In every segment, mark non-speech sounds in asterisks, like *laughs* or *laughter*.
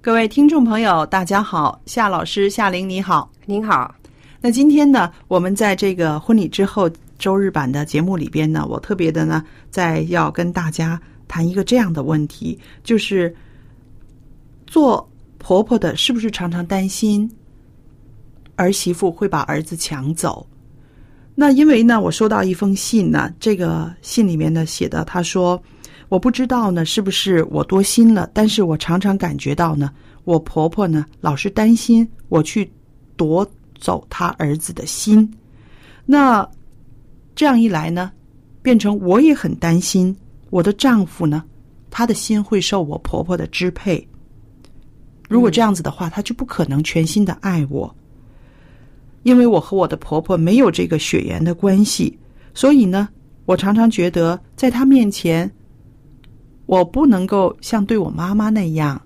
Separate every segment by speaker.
Speaker 1: 各位听众朋友，大家好，夏老师、夏玲你好。
Speaker 2: 您好，
Speaker 1: 那今天呢，我们在这个婚礼之后周日版的节目里边呢，我特别的呢，在要跟大家谈一个这样的问题，就是做婆婆的是不是常常担心儿媳妇会把儿子抢走？那因为呢，我收到一封信呢，这个信里面呢写的，他说我不知道呢是不是我多心了，但是我常常感觉到呢，我婆婆呢老是担心我去夺走她儿子的心。那这样一来呢，变成我也很担心我的丈夫呢，他的心会受我婆婆的支配。如果这样子的话，他就不可能全心的爱我，因为我和我的婆婆没有这个血缘的关系，所以呢，我常常觉得在她面前，我不能够像对我妈妈那样，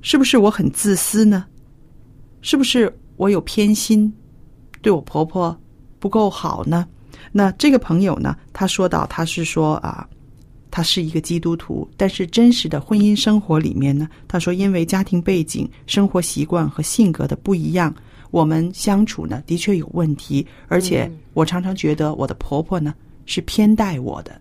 Speaker 1: 是不是我很自私呢？是不是我有偏心，对我婆婆不够好呢？那这个朋友呢，他说到，他是说啊，他是一个基督徒，但是真实的婚姻生活里面呢，他说因为家庭背景、生活习惯和性格的不一样，我们相处呢的确有问题，而且我常常觉得我的婆婆呢是偏待我的。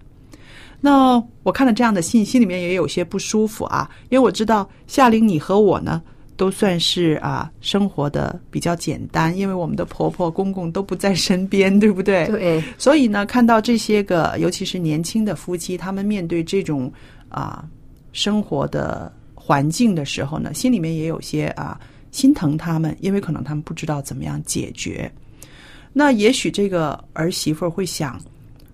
Speaker 1: 那我看了这样的信，心里面也有些不舒服啊，因为我知道夏玲你和我呢都算是啊生活的比较简单，因为我们的婆婆公公都不在身边，对不对？
Speaker 2: 对，
Speaker 1: 所以呢，看到这些个，尤其是年轻的夫妻，他们面对这种啊、生活的环境的时候呢，心里面也有些啊心疼他们，因为可能他们不知道怎么样解决。那也许这个儿媳妇儿会想，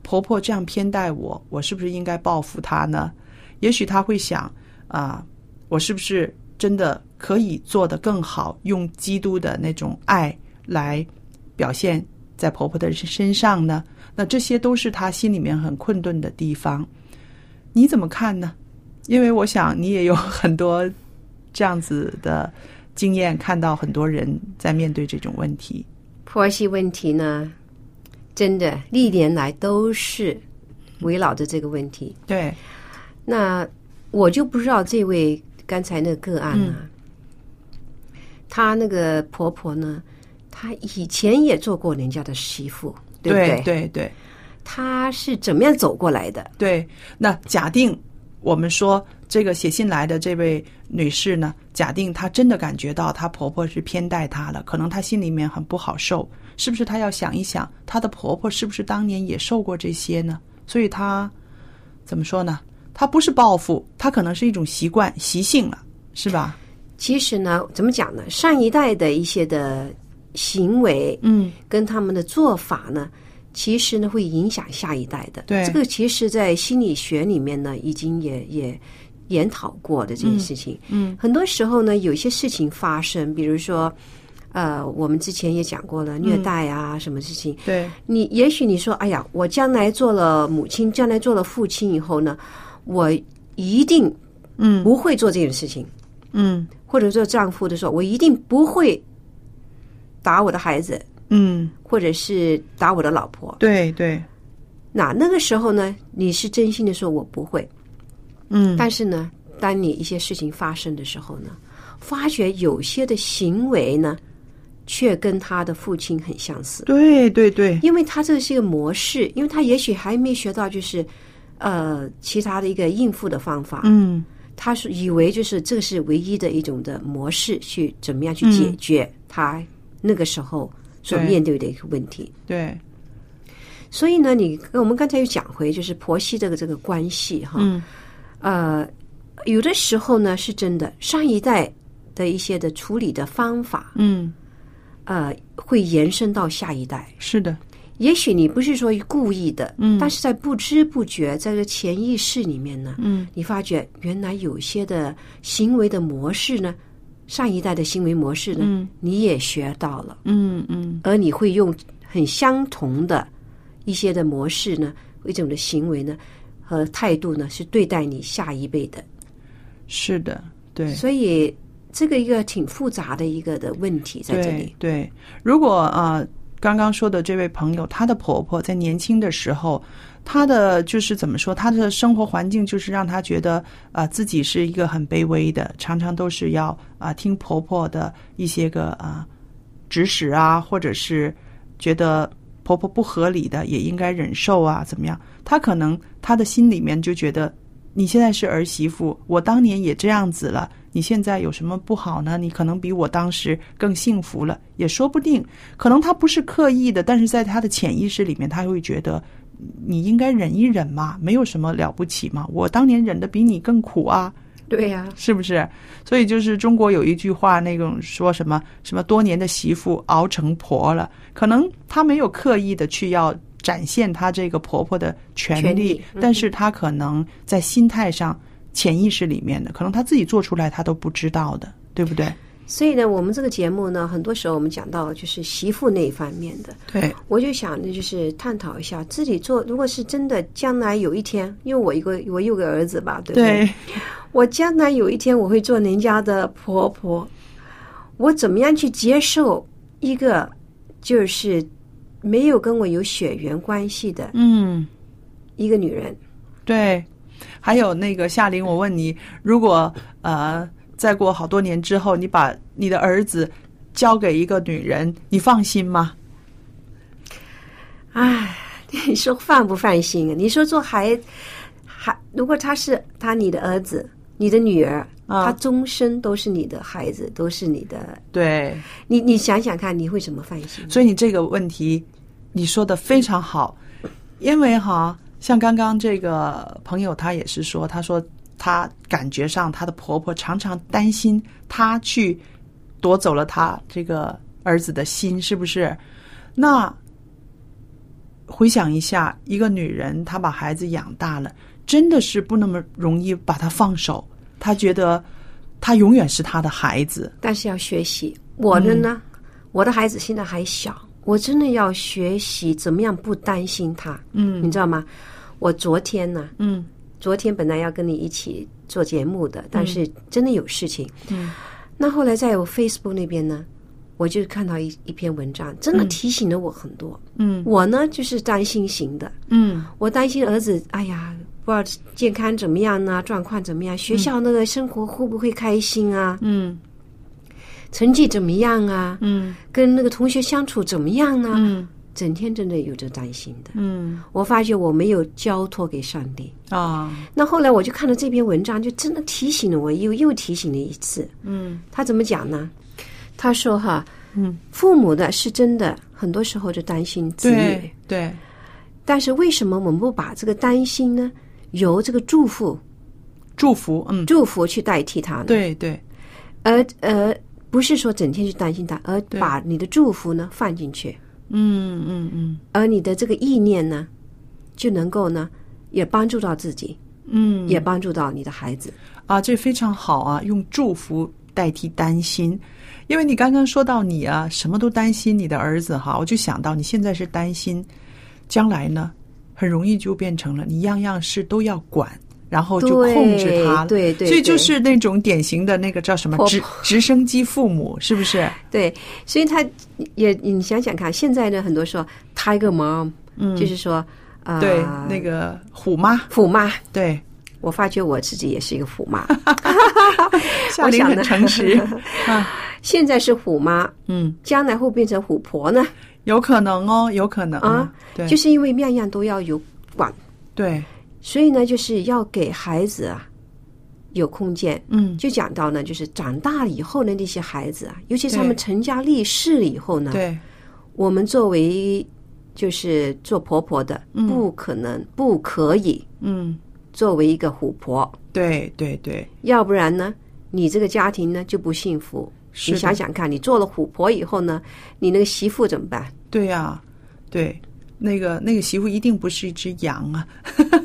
Speaker 1: 婆婆这样偏待我，我是不是应该报复她呢？也许她会想啊、我是不是真的可以做得更好，用基督的那种爱来表现在婆婆的身上呢？那这些都是她心里面很困顿的地方。你怎么看呢？因为我想你也有 *laughs* 很多这样子的经验，看到很多人在面对这种问题。
Speaker 2: 婆媳问题呢，真的历年来都是围绕着这个问题。
Speaker 1: 对，
Speaker 2: 那我就不知道这位刚才那个个案啊，她那个婆婆呢，她以前也做过人家的媳妇，对不
Speaker 1: 对
Speaker 2: 对？
Speaker 1: 对对
Speaker 2: 她是怎么样走过来的？
Speaker 1: 对。那假定我们说这个写信来的这位女士呢，假定她真的感觉到她婆婆是偏待她了，可能她心里面很不好受，是不是？她要想一想，她的婆婆是不是当年也受过这些呢？所以她怎么说呢？她不是报复，她可能是一种习惯、习性了，是吧？
Speaker 2: 其实呢，怎么讲呢？上一代的一些的行为
Speaker 1: 嗯，
Speaker 2: 跟他们的做法呢，其实呢会影响下一代的。
Speaker 1: 对
Speaker 2: 这个其实，在心理学里面呢，已经也也研讨过的这件事情。嗯，很多时候呢，有一些事情发生，比如说，呃，我们之前也讲过了，虐待啊，什么事情。
Speaker 1: 对
Speaker 2: 你也许你说，哎呀，我将来做了母亲，将来做了父亲以后呢，我一定
Speaker 1: 嗯
Speaker 2: 不会做这件事情。
Speaker 1: 嗯
Speaker 2: 或者做丈夫的时候，我一定不会打我的孩子，
Speaker 1: 嗯，
Speaker 2: 或者是打我的老婆。
Speaker 1: 对对，
Speaker 2: 那那个时候呢，你是真心的说我不会，
Speaker 1: 嗯
Speaker 2: 但是呢，当你一些事情发生的时候呢，发觉有些的行为呢，却跟他的父亲很相似，
Speaker 1: 对对对，
Speaker 2: 因为他这是一个模式，因为他也许还没学到就是，呃，其他的一个应付的方法，
Speaker 1: 嗯
Speaker 2: 他是以为就是这个是唯一的一种的模式，去怎么样去解决他那个时候所
Speaker 1: 嗯对
Speaker 2: 面对的一个问题。
Speaker 1: 对，
Speaker 2: 所以呢，你我们刚才又讲回就是婆媳这个这个关系哈，
Speaker 1: 嗯
Speaker 2: 呃，有的时候呢是真的，上一代的一些的处理的方法，
Speaker 1: 嗯，
Speaker 2: 呃，会延伸到下一代。
Speaker 1: 是的，
Speaker 2: 也许你不是说故意的，
Speaker 1: 嗯
Speaker 2: 但是在不知不觉，在这个潜意识里面呢，
Speaker 1: 嗯
Speaker 2: 你发觉原来有些的行为的模式呢，上一代的行为模式呢，
Speaker 1: 嗯
Speaker 2: 你也学到了，
Speaker 1: 嗯嗯
Speaker 2: 而你会用很相同的一些的模式呢，一种的行为呢和态度呢，是对待你下一辈的。
Speaker 1: 是的，对。
Speaker 2: 所以这个一个挺复杂的一个的问题在这里。
Speaker 1: 对，对如果呃刚刚说的这位朋友，她的婆婆在年轻的时候，她的就是怎么说，她的生活环境就是让她觉得呃自己是一个很卑微的，常常都是要啊、呃听婆婆的一些个啊、呃指使啊，或者是觉得。婆婆不合理的也应该忍受啊，怎么样？她可能她的心里面就觉得你现在是儿媳妇，我当年也这样子了，你现在有什么不好呢？你可能比我当时更幸福了，也说不定。可能他不是刻意的，但是在他的潜意识里面，他会觉得嗯你应该忍一忍嘛，没有什么了不起嘛，我当年忍的比你更苦啊，
Speaker 2: 对呀、
Speaker 1: 是不是？所以就是中国有一句话，那种说什么什么多年的媳妇熬成婆了，可能她没有刻意的去要展现她这个婆婆的权利，
Speaker 2: 权利嗯
Speaker 1: 但是她可能在心态上、潜意识里面的，可能她自己做出来她都不知道的，对不对？
Speaker 2: 所以呢，我们这个节目呢，很多时候我们讲到就是媳妇那一方面的，
Speaker 1: 对，
Speaker 2: 我就想呢，就是探讨一下自己做，如果是真的将来有一天，因为我一个我有个儿子吧，对不
Speaker 1: 对，
Speaker 2: 我将来有一天我会做人家的婆婆，我怎么样去接受一个就是没有跟我有血缘关系的
Speaker 1: 嗯。
Speaker 2: 一个女人？
Speaker 1: 对，还有那个夏琳，我问你，如果呃，再过好多年之后，你把你的儿子交给一个女人，你放心吗？
Speaker 2: 唉，你说放不放心啊？你说做孩孩，如果他是他你的儿子、你的女儿，
Speaker 1: 啊
Speaker 2: 他终身都是你的孩子，都是你的。
Speaker 1: 对，
Speaker 2: 你你想想看，你会怎么放心？
Speaker 1: 所以你这个问题你说的非常好，因为哈，像刚刚这个朋友他也是说，他说他感觉上他的婆婆常常担心他去夺走了他这个儿子的心，是不是？那回想一下，一个女人她把孩子养大了，真的是不那么容易把她放手，她觉得她永远是她的孩子，
Speaker 2: 但是要学习。我的呢，我的孩子现在还小，我真的要学习怎么样不担心他。嗯，你知道吗？我昨天呢，
Speaker 1: 嗯
Speaker 2: 昨天本来要跟你一起做节目的，但是真的有事情。嗯，那后来在我 Facebook 那边呢，我就看到一一篇文章，真的提醒了我很多。
Speaker 1: 嗯
Speaker 2: 我呢就是担心型的，
Speaker 1: 嗯
Speaker 2: 我担心儿子，哎呀，不知道健康怎么样呢，状况怎么样，学校那个生活会不会开心啊，
Speaker 1: 嗯
Speaker 2: 成绩怎么样啊，
Speaker 1: 嗯
Speaker 2: 跟那个同学相处怎么样啊，
Speaker 1: 嗯
Speaker 2: 整天真的有着担心的。
Speaker 1: 嗯
Speaker 2: 我发觉我没有交托给上帝。
Speaker 1: 啊。
Speaker 2: 那后来我就看了这篇文章，就真的提醒了我，又又提醒了一次。
Speaker 1: 嗯
Speaker 2: 他怎么讲呢？他说哈，
Speaker 1: 嗯，
Speaker 2: 父母的是真的，很多时候就担心子女
Speaker 1: 对，对，
Speaker 2: 但是为什么我们不把这个担心呢，由这个祝福
Speaker 1: 祝福，嗯，
Speaker 2: 祝福去代替它呢？，
Speaker 1: 对对
Speaker 2: 而而不是说整天去担心它，而把你的祝福呢放进去，
Speaker 1: 嗯嗯嗯
Speaker 2: 而你的这个意念呢，就能够呢也帮助到自己，
Speaker 1: 嗯，
Speaker 2: 也帮助到你的孩子。
Speaker 1: 啊，这非常好啊，用祝福代替担心，因为你刚刚说到你啊，什么都担心你的儿子哈，我就想到你现在是担心，将来呢，很容易就变成了你样样事都要管，然后就控制他了。
Speaker 2: 对对对
Speaker 1: 所以就是那种典型的那个叫什么
Speaker 2: 婆
Speaker 1: 直直升机父母，是不是？
Speaker 2: 对，所以他也你想想看，现在呢，很多说 tiger mom，、就是
Speaker 1: 嗯
Speaker 2: 说啊、呃
Speaker 1: 对，那个虎妈，
Speaker 2: 虎妈，
Speaker 1: 对，
Speaker 2: 我发觉我自己也是一个虎妈， *laughs*
Speaker 1: 夏琳
Speaker 2: 想
Speaker 1: 很
Speaker 2: 呢
Speaker 1: 诚
Speaker 2: *laughs*
Speaker 1: 实，
Speaker 2: 现在是虎妈，
Speaker 1: 嗯，
Speaker 2: 将来会变成虎婆呢？
Speaker 1: 有可能哦，有可能
Speaker 2: 啊，
Speaker 1: 对，
Speaker 2: 就是因为样样都要有管，
Speaker 1: 对，
Speaker 2: 所以呢，就是要给孩子啊有空间。
Speaker 1: 嗯，
Speaker 2: 就讲到呢，就是长大了以后呢，那些孩子啊，尤其是
Speaker 1: 对
Speaker 2: 他们成家立室了以后呢，
Speaker 1: 对，
Speaker 2: 我们作为就是做婆婆的，不可能、不可以
Speaker 1: 嗯，
Speaker 2: 作为一个虎婆，
Speaker 1: 对对对，
Speaker 2: 要不然呢，你这个家庭呢就不幸福。
Speaker 1: 是
Speaker 2: 你
Speaker 1: 的
Speaker 2: 想想看，你做了虎婆以后呢，你那个媳妇怎么办？
Speaker 1: 对呀、对，那个那个媳妇一定不是一只羊啊，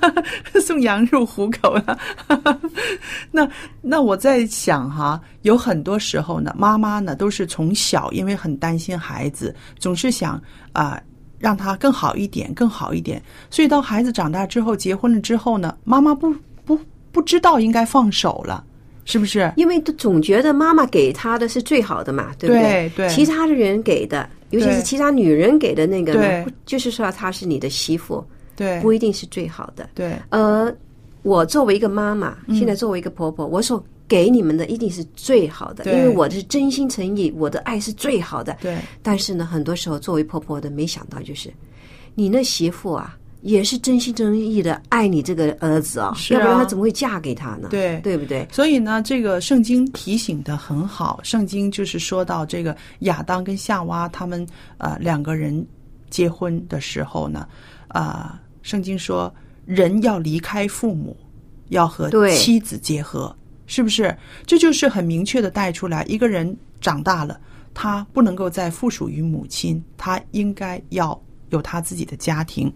Speaker 1: *laughs* 送羊入虎口了。 *laughs* 那那我在想哈、有很多时候呢，妈妈呢都是从小因为很担心孩子，总是想啊、让他更好一点，更好一点。所以到孩子长大之后，结婚了之后呢，妈妈不不不知道应该放手了，是不是？
Speaker 2: 因为都总觉得妈妈给她的是最好的嘛，对不
Speaker 1: 对对
Speaker 2: 其他的人给的，尤其
Speaker 1: 对
Speaker 2: 是其他女人给的那个呢
Speaker 1: 对，
Speaker 2: 就是说她是你的媳妇，
Speaker 1: 对
Speaker 2: 不一定是最好的。
Speaker 1: 对
Speaker 2: 而我作为一个妈妈，
Speaker 1: 嗯
Speaker 2: 现在作为一个婆婆，我所给你们的一定是最好的，
Speaker 1: 对
Speaker 2: 因为我的是真心诚意，我的爱是最好的。
Speaker 1: 对
Speaker 2: 但是呢，很多时候作为婆婆的，没想到就是你那媳妇啊，也是真心真意的爱你这个儿子哦，
Speaker 1: 是啊
Speaker 2: 要不然她怎么会嫁给他呢？
Speaker 1: 对
Speaker 2: 对不对？
Speaker 1: 所以呢，这个圣经提醒的很好。圣经就是说到这个亚当跟夏娃他们呃两个人结婚的时候呢，啊、圣经说人要离开父母，要和
Speaker 2: 对
Speaker 1: 妻子结合，是不是？这就是很明确的带出来，一个人长大了，他不能够再附属于母亲，他应该要有他自己的家庭。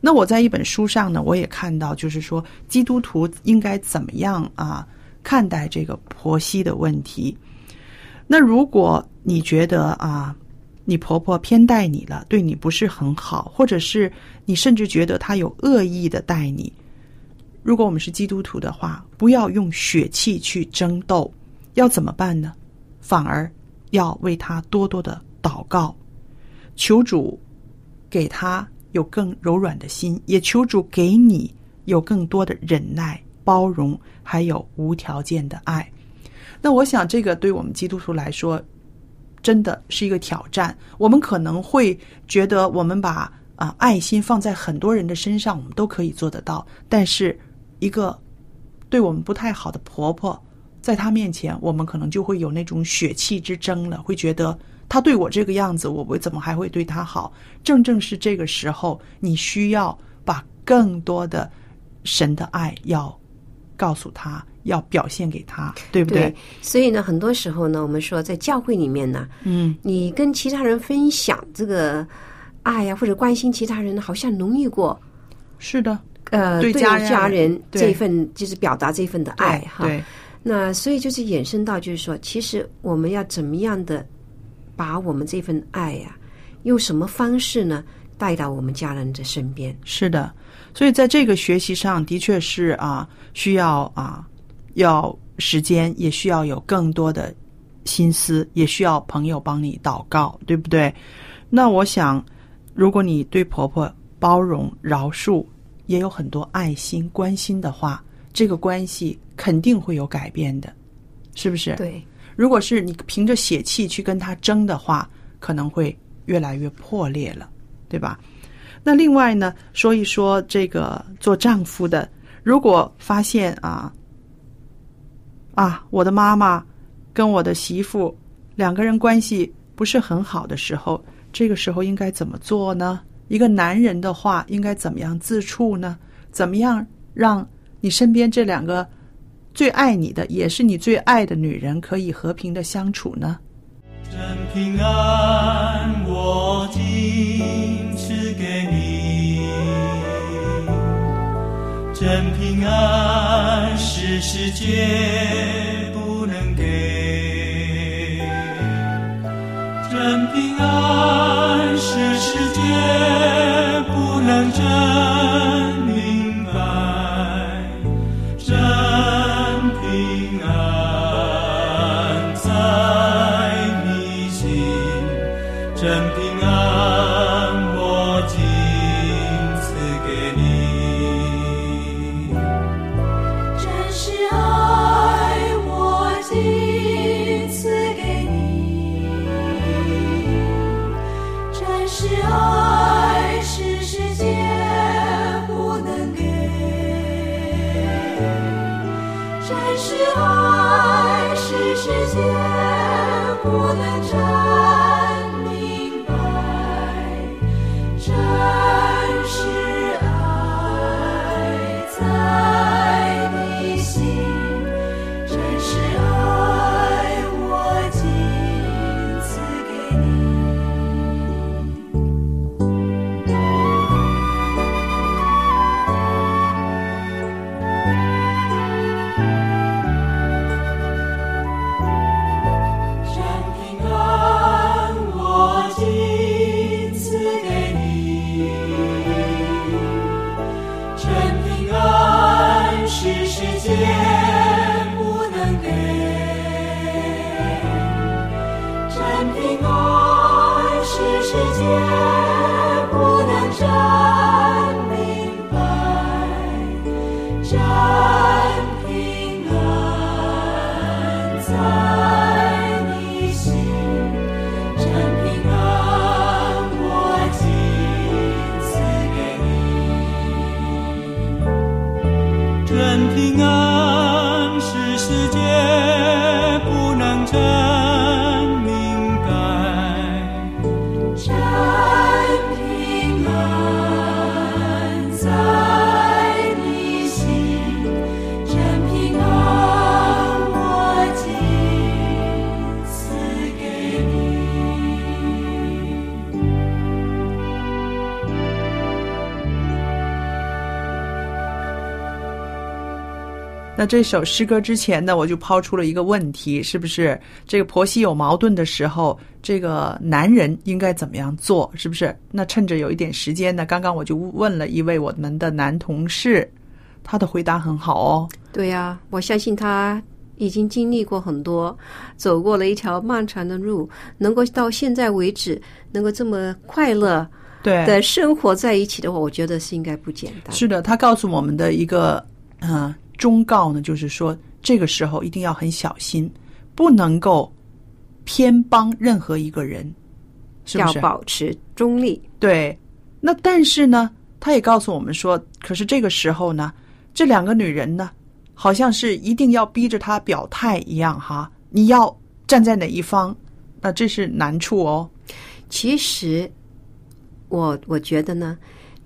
Speaker 1: 那我在一本书上呢，我也看到，就是说基督徒应该怎么样啊看待这个婆媳的问题。那如果你觉得啊，你婆婆偏待你了，对你不是很好，或者是你甚至觉得她有恶意的待你，如果我们是基督徒的话，不要用血气去争斗，要怎么办呢？反而要为她多多的祷告，求主给他有更柔软的心，也求主给你有更多的忍耐、包容，还有无条件的爱。那我想，这个对我们基督徒来说，真的是一个挑战。我们可能会觉得，我们把啊、爱心放在很多人的身上，我们都可以做得到。但是，一个对我们不太好的婆婆，在她面前，我们可能就会有那种血气之争了，会觉得她对我这个样子，我我怎么还会对她好？正正是这个时候，你需要把更多的神的爱要告诉她，要表现给她，对不对？
Speaker 2: 所以呢，很多时候呢，我们说在教会里面呢，
Speaker 1: 嗯，
Speaker 2: 你跟其他人分享这个爱呀、或者关心其他人，好像容易过
Speaker 1: 是的，
Speaker 2: 呃
Speaker 1: 对家
Speaker 2: 家
Speaker 1: 人
Speaker 2: 人
Speaker 1: 对
Speaker 2: 这份就是表达这份的爱
Speaker 1: 对
Speaker 2: 哈。
Speaker 1: 对
Speaker 2: 那所以就是衍生到就是说，其实我们要怎么样的把我们这份爱呀、用什么方式呢带到我们家人的身边？
Speaker 1: 是的，所以在这个学习上的确是啊，需要啊，要时间，也需要有更多的心思，也需要朋友帮你祷告，对不对？那我想，如果你对婆婆包容、饶恕，也有很多爱心、关心的话，这个关系肯定会有改变的，是不是？
Speaker 2: 对，
Speaker 1: 如果是你凭着血气去跟他争的话，可能会越来越破裂了，对吧？那另外呢，说一说这个做丈夫的，如果发现啊啊，我的妈妈跟我的媳妇两个人关系不是很好的时候，这个时候应该怎么做呢？一个男人的话，应该怎么样自处呢？怎么样让你身边这两个最爱你的，也是你最爱的女人，可以和平的相处呢？
Speaker 3: 真平安，我今赐给你。真平安是世界不能给，真平安是世界不能真明白。
Speaker 4: 界不能真明白，真是爱在你心，真是爱我今赐给你。真平安，我今赐给你。真平安是世界不能给，真平安是世界不能真明白。真平安在你心，真平安我今赐给你。
Speaker 3: 真平安是世界不能真明白，
Speaker 4: 真平安在你心，真平安我今赐给你。
Speaker 1: 那这首诗歌之前呢，我就抛出了一个问题：是不是这个婆媳有矛盾的时候，这个男人应该怎么样做？是不是？那趁着有一点时间呢，刚刚我就问了一位我们的男同事，他的回答很好哦。
Speaker 2: 对呀、我相信他已经经历过很多，走过了一条漫长的路，能够到现在为止能够这么快乐
Speaker 1: 对，
Speaker 2: 的生活在一起的话，我觉得是应该不简单。
Speaker 1: 是的，他告诉我们的一个呃忠告呢，就是说这个时候一定要很小心，不能够偏帮任何一个人，是不
Speaker 2: 要
Speaker 1: 是？
Speaker 2: 保持中立。
Speaker 1: 对，那但是呢，他也告诉我们说，可是这个时候呢，这两个女人呢，好像是一定要逼着他表态一样哈，你要站在哪一方？那这是难处哦。
Speaker 2: 其实，我我觉得呢，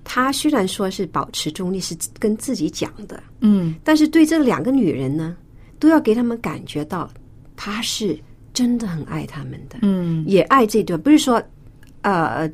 Speaker 2: 他虽然说是保持中立，是跟自己讲的，
Speaker 1: 嗯，
Speaker 2: 但是对这两个女人呢，都要给他们感觉到他是真的很爱他们的，
Speaker 1: 嗯，
Speaker 2: 也爱这段，不是说呃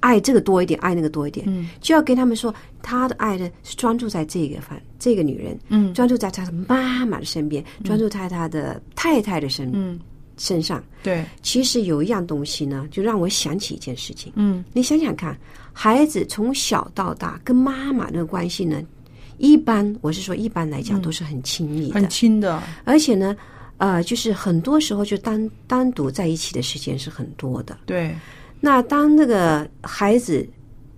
Speaker 2: 爱这个多一点，爱那个多一点，嗯，就要给他们说他的爱呢是专注在这个方这个女人，嗯，专注在她的妈妈的身边，专注在她的太太的身，嗯、身上。
Speaker 1: 对，
Speaker 2: 其实有一样东西呢，就让我想起一件事情，
Speaker 1: 嗯，
Speaker 2: 你想想看，孩子从小到大跟妈妈的关系呢，一般我是说一般来讲都是很亲密的，
Speaker 1: 很亲的，
Speaker 2: 而且呢，呃，就是很多时候就单单独在一起的时间是很多的。
Speaker 1: 对，
Speaker 2: 那当那个孩子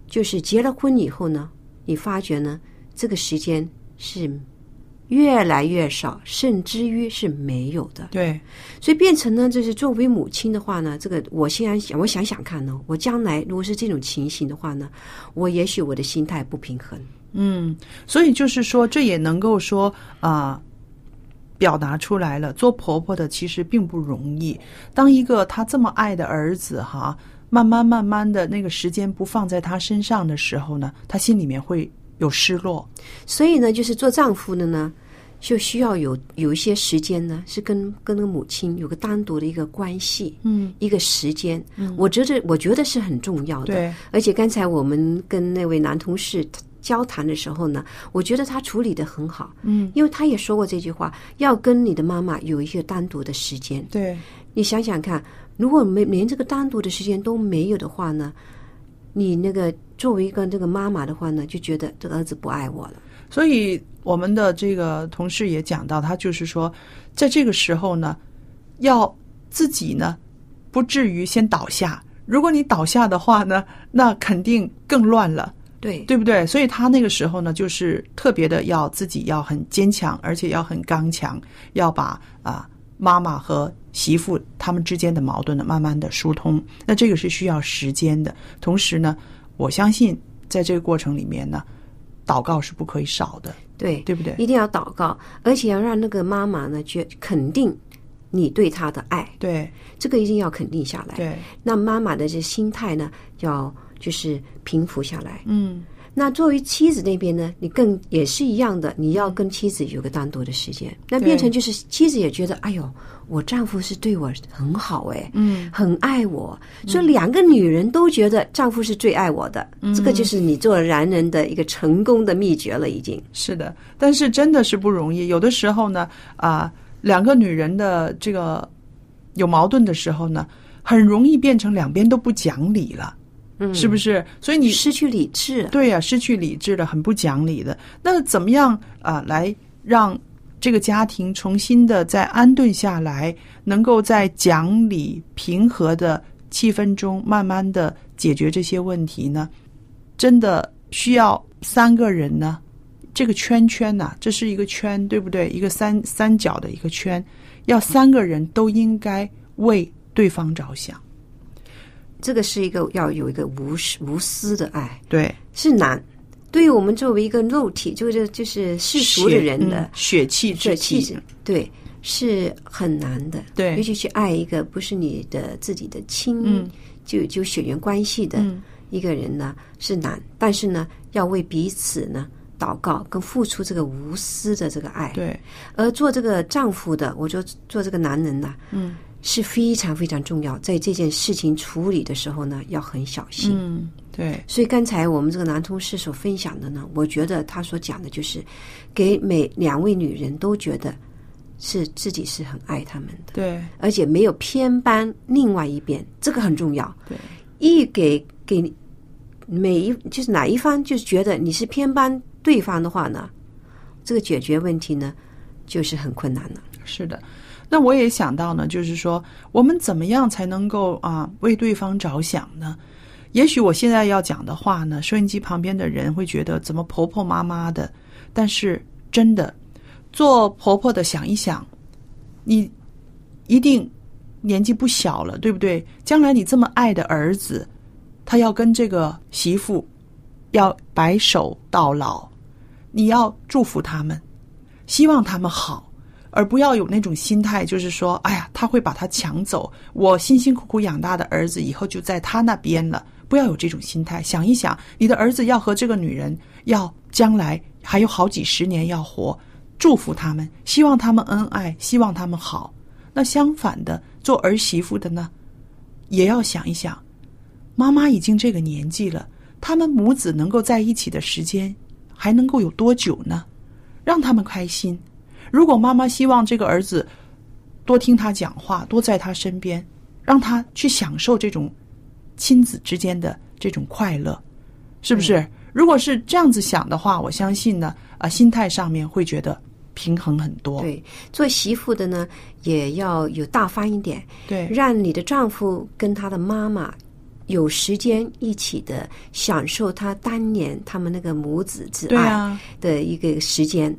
Speaker 2: 就是结了婚以后呢，你发觉呢，这个时间是越来越少，甚至于是没有的。
Speaker 1: 对，
Speaker 2: 所以变成呢，就是作为母亲的话呢，这个我现在想，我想想看呢，我将来如果是这种情形的话呢，我也许我的心态不平衡。
Speaker 1: 嗯，所以就是说，这也能够说啊、表达出来了。做婆婆的其实并不容易。当一个她这么爱的儿子哈，慢慢慢慢的那个时间不放在她身上的时候呢，她心里面会有失落。
Speaker 2: 所以呢，就是做丈夫的呢，就需要有有一些时间呢，是跟跟那个母亲有个单独的一个关系，
Speaker 1: 嗯，
Speaker 2: 一个时间。我觉得我觉得是很重要的。
Speaker 1: 对，
Speaker 2: 而且刚才我们跟那位男同事交谈的时候呢，我觉得他处理的很好，
Speaker 1: 嗯，
Speaker 2: 因为他也说过这句话，要跟你的妈妈有一个单独的时间。
Speaker 1: 对，
Speaker 2: 你想想看，如果没连这个单独的时间都没有的话呢，你那个作为一个这个妈妈的话呢，就觉得这个儿子不爱我了。
Speaker 1: 所以我们的这个同事也讲到，他就是说，在这个时候呢，要自己呢不至于先倒下。如果你倒下的话呢，那肯定更乱了。
Speaker 2: 对
Speaker 1: 对不对？所以他那个时候呢，就是特别的要自己要很坚强，而且要很刚强，要把啊妈妈和媳妇他们之间的矛盾呢，慢慢的疏通。那这个是需要时间的。同时呢，我相信在这个过程里面呢，祷告是不可以少的，
Speaker 2: 对
Speaker 1: 对不对？
Speaker 2: 一定要祷告，而且要让那个妈妈呢觉肯定你对他的爱，
Speaker 1: 对
Speaker 2: 这个一定要肯定下来。
Speaker 1: 对，
Speaker 2: 那妈妈的这心态呢，要就是平复下来。
Speaker 1: 嗯
Speaker 2: 那作为妻子那边呢，你更也是一样的，你要跟妻子有个单独的时间，那
Speaker 1: 对
Speaker 2: 变成就是妻子也觉得，哎呦，我丈夫是对我很好哎，
Speaker 1: 嗯，
Speaker 2: 很爱我，所以两个女人都觉得丈夫是最爱我的，
Speaker 1: 嗯
Speaker 2: 这个就是你做男人的一个成功的秘诀了，已经。
Speaker 1: 是的，但是真的是不容易。有的时候呢，啊、两个女人的这个有矛盾的时候呢，很容易变成两边都不讲理了，
Speaker 2: 嗯
Speaker 1: 是不是？所以你
Speaker 2: 失去理智了，
Speaker 1: 对呀、失去理智了，很不讲理的。那怎么样啊、来让这个家庭重新的再安顿下来，能够在讲理、平和的气氛中，慢慢的解决这些问题呢？真的需要三个人呢？这个圈圈呐、这是一个圈，对不对？一个三三角的一个圈，要三个人都应该为对方着想，
Speaker 2: 这个是一个要有一个无私无私的爱，
Speaker 1: 对，
Speaker 2: 是难。对于我们作为一个肉体，就是就是世俗的
Speaker 1: 血
Speaker 2: 人的
Speaker 1: 嗯、血气
Speaker 2: 这
Speaker 1: 之
Speaker 2: 气
Speaker 1: 气
Speaker 2: 质，，对，是很难的。
Speaker 1: 对
Speaker 2: 尤其去爱一个不是你的自己的亲，
Speaker 1: 嗯
Speaker 2: 就就血缘关系的
Speaker 1: 嗯
Speaker 2: 一个人呢、是难，但是呢，要为彼此呢祷告，跟付出这个无私的这个爱。
Speaker 1: 对，
Speaker 2: 而做这个丈夫的，我就做这个男人呐、
Speaker 1: 嗯，
Speaker 2: 是非常非常重要，在这件事情处理的时候呢，要很小心。
Speaker 1: 嗯，对，
Speaker 2: 所以刚才我们这个男同事所分享的呢，我觉得他所讲的就是，给每两位女人都觉得是自己是很爱他们的，
Speaker 1: 对，
Speaker 2: 而且没有偏帮另外一边，这个很重要。
Speaker 1: 对，
Speaker 2: 一给给每一就是哪一方就是觉得你是偏帮对方的话呢，这个解决问题呢就是很困难了。
Speaker 1: 是的。那我也想到呢，就是说，我们怎么样才能够啊为对方着想呢？也许我现在要讲的话呢，收音机旁边的人会觉得怎么婆婆妈妈的，但是真的，做婆婆的想一想，你一定年纪不小了，对不对？将来你这么爱的儿子，他要跟这个媳妇要白首到老，你要祝福他们，希望他们好。而不要有那种心态，就是说，哎呀，他会把他抢走，我辛辛苦苦养大的儿子以后就在他那边了。不要有这种心态，想一想，你的儿子要和这个女人要将来还有好几十年要活，祝福他们，希望他们恩爱，希望他们好。那相反的，做儿媳妇的呢，也要想一想，妈妈已经这个年纪了，他们母子能够在一起的时间还能够有多久呢？让他们开心。如果妈妈希望这个儿子多听他讲话，多在他身边，让他去享受这种亲子之间的这种快乐，是不是？如果是这样子想的话，我相信呢，啊，心态上面会觉得平衡很多。
Speaker 2: 对，做媳妇的呢也要有大方一点，
Speaker 1: 对
Speaker 2: 让你的丈夫跟他的妈妈有时间一起的享受他当年他们那个母子之
Speaker 1: 对
Speaker 2: 爱
Speaker 1: 啊，
Speaker 2: 的一个时间。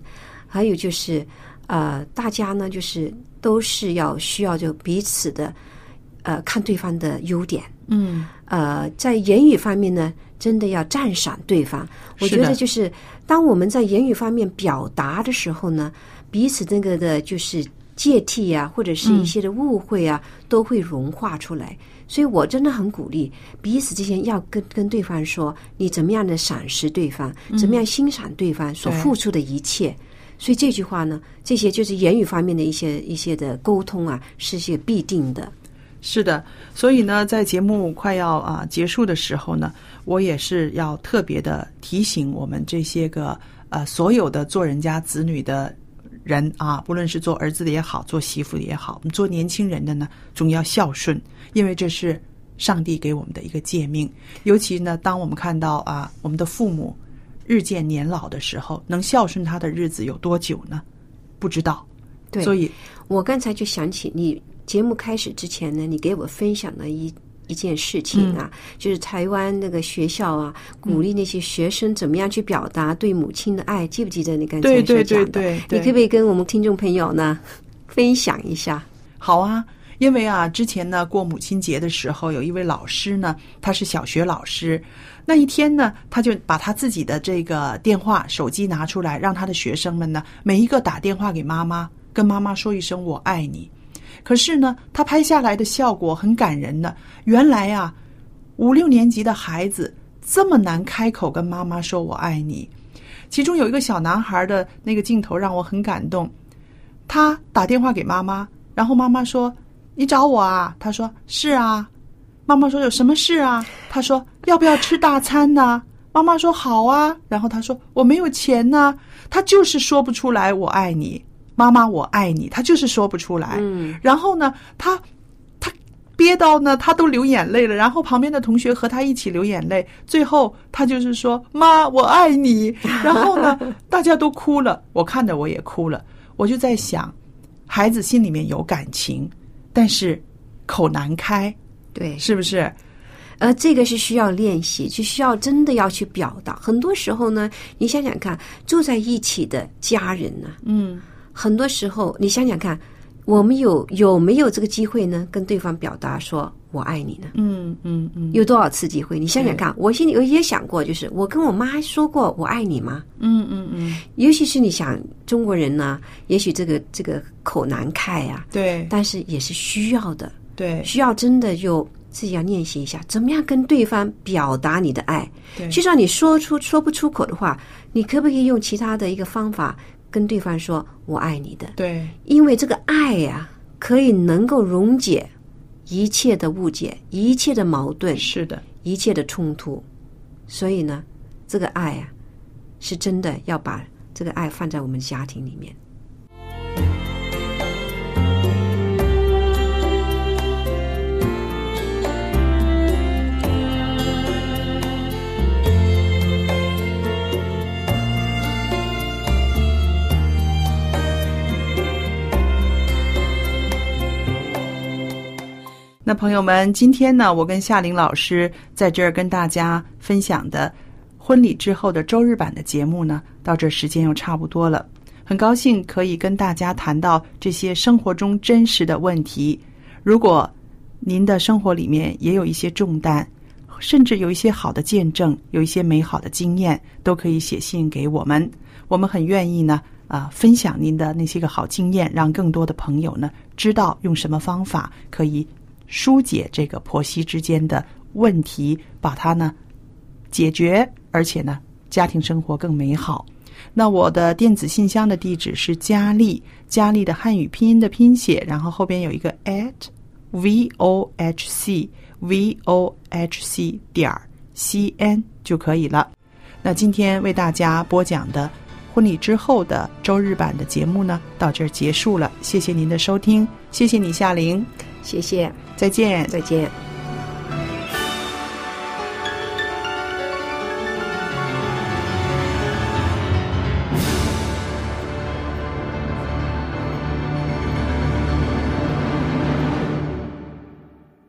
Speaker 2: 还有就是，呃，大家呢就是都是要需要就彼此的，呃，看对方的优点，
Speaker 1: 嗯，
Speaker 2: 呃，在言语方面呢，真的要赞赏对方。我
Speaker 1: 是
Speaker 2: 觉
Speaker 1: 的
Speaker 2: 得就是，当我们在言语方面表达的时候呢，彼此那个的就是芥蒂啊，或者是一些的误会啊，都会融化出来。所以我真的很鼓励彼此之间要跟跟对方说，你怎么样的赏识对方，怎么样欣赏对方所
Speaker 1: 对
Speaker 2: 付出的一切。所以这句话呢，这些就是言语方面的一些一些的沟通啊，是些必定的。
Speaker 1: 是的，所以呢，在节目快要啊、结束的时候呢，我也是要特别的提醒我们这些个呃所有的做人家子女的人啊，不论是做儿子的也好，做媳妇的也好，我们做年轻人的呢，总要孝顺，因为这是上帝给我们的一个诫命。尤其呢，当我们看到啊，我们的父母日渐年老的时候，能孝顺他的日子有多久呢？不知道。
Speaker 2: 对，
Speaker 1: 所以
Speaker 2: 我刚才就想起你节目开始之前呢，你给我分享了一一件事情
Speaker 1: 嗯
Speaker 2: 啊，就是台湾那个学校啊，鼓励那些学生怎么样去表达对母亲的爱，记不记得你刚才
Speaker 1: 对
Speaker 2: 所
Speaker 1: 对
Speaker 2: 讲的？
Speaker 1: 对对对
Speaker 2: 你可不可以跟我们听众朋友呢分享一下？
Speaker 1: 好啊，因为啊，之前呢过母亲节的时候，有一位老师呢，他是小学老师。那一天呢，他就把他自己的这个电话、手机拿出来，让他的学生们呢每一个打电话给妈妈，跟妈妈说一声“我爱你”。可是呢，他拍下来的效果很感人的。原来啊，五六年级的孩子这么难开口跟妈妈说我爱你。其中有一个小男孩的那个镜头让我很感动，他打电话给妈妈，然后妈妈说：“你找我啊？”他说：“是啊。”妈妈说：“有什么事啊？”他说：“要不要吃大餐呢、妈妈说：“好啊。”然后他说：“我没有钱呢、他就是说不出来“我爱你”，妈妈我爱你，他就是说不出来。
Speaker 2: 嗯，
Speaker 1: 然后呢，他他憋到呢，他都流眼泪了。然后旁边的同学和他一起流眼泪，最后他就是说：“妈，我爱你。”然后 *laughs* 呢，大家都哭了，我看着我也哭了。我就在想，孩子心里面有感情，但是口难开，
Speaker 2: 对，
Speaker 1: 是不是？
Speaker 2: 呃，这个是需要练习，就需要真的要去表达。很多时候呢，你想想看，住在一起的家人呢、
Speaker 1: 嗯，
Speaker 2: 很多时候你想想看，我们有有没有这个机会呢，跟对方表达说我爱你呢？
Speaker 1: 嗯嗯嗯
Speaker 2: 有多少次机会？你想想看，我心里我也想过，就是我跟我妈说过我爱你吗？
Speaker 1: 嗯嗯嗯，
Speaker 2: 尤其是你想中国人呢，也许这个这个口难开啊，
Speaker 1: 对
Speaker 2: 但是也是需要的，
Speaker 1: 对
Speaker 2: 需要真的就自己要练习一下，怎么样跟对方表达你的爱。
Speaker 1: 对，
Speaker 2: 就算你说出说不出口的话，你可不可以用其他的一个方法跟对方说“我爱你”的？
Speaker 1: 对
Speaker 2: 因为这个爱呀、可以能够溶解一切的误解、一切的矛盾、
Speaker 1: 是的，
Speaker 2: 一切的冲突。所以呢，这个爱啊，是真的要把这个爱放在我们家庭里面。
Speaker 1: 那朋友们，今天呢，我跟夏玲老师在这儿跟大家分享的婚礼之后的周日版的节目呢，到这儿时间又差不多了。很高兴可以跟大家谈到这些生活中真实的问题。如果您的生活里面也有一些重担，甚至有一些好的见证，有一些美好的经验，都可以写信给我们。我们很愿意呢，啊、分享您的那些个好经验，让更多的朋友呢知道用什么方法可以疏解这个婆媳之间的问题，把它呢解决，而且呢家庭生活更美好。那我的电子信箱的地址是佳丽，佳丽的汉语拼音的拼写，然后后边有一个 at v o h c v o h c 点儿 c n 就可以了。那今天为大家播讲的婚礼之后的周日版的节目呢，到这儿结束了。谢谢您的收听，谢谢你夏玲，
Speaker 2: 谢谢，
Speaker 1: 再见。
Speaker 2: 再见。